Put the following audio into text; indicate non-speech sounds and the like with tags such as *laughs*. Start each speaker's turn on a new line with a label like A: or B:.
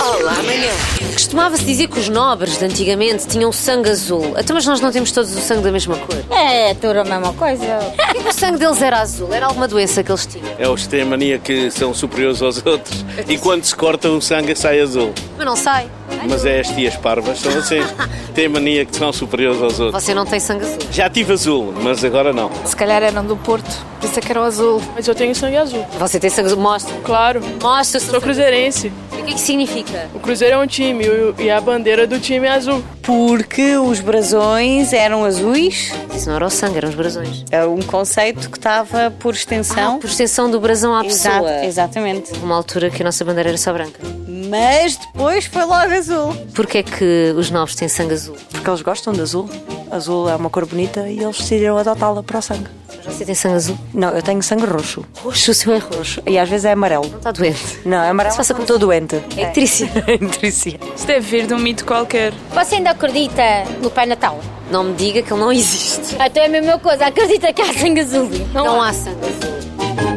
A: Olá, amanhã.
B: Costumava-se dizer que os nobres de antigamente tinham sangue azul. Até mas nós não temos todos o sangue da mesma cor.
C: É tudo a mesma coisa.
B: Porquê que o sangue deles era azul? Era alguma doença que eles tinham?
D: É os que têm a mania que são superiores aos outros. E quando se corta o sangue sai azul.
B: Mas não sai.
D: Mas é as tias parvas, são assim. Têm a mania que são superiores aos outros.
B: Você não tem sangue azul.
D: Já tive azul, mas agora não.
E: *laughs* Se calhar eram do Porto, por isso é que era o azul.
F: Mas eu tenho sangue azul,
B: Você tem sangue azul. Mostra.
F: claro.
B: Mostra o seu
F: Sou
B: sangue.
F: cruzeirense.
B: O que é que significa?
F: O Cruzeiro é um time e o- e a bandeira do time é azul.
G: porque os brasões eram azuis,
B: Isso não era o sangue, eram os brasões.
G: é um conceito que estava por extensão.
B: Ah, por extensão do brasão à
G: Então? Exato,
B: pessoa.
G: exatamente.
B: Uma altura que a nossa bandeira era só branca.
G: Mas depois foi logo azul.
B: Porquê é que os nobres têm sangue azul?
H: Porque eles gostam de azul. Azul é uma cor bonita e eles decidiram adotá-la para o sangue.
B: Mas Você tem sangue azul?
H: Não, eu tenho sangue roxo.
B: Roxo, o seu é roxo.
H: E às vezes é amarelo.
B: Está doente.
H: Não, é amarelo.
B: Se faça
H: porque estou doente.
B: É eletricista.
E: Isso deve vir de um mito qualquer.
C: Você ainda acredita no Pai Natal?
B: Não me diga que ele não existe.
C: Então é a mesma coisa, acredita que há sangue azul.
B: Não, há sangue azul.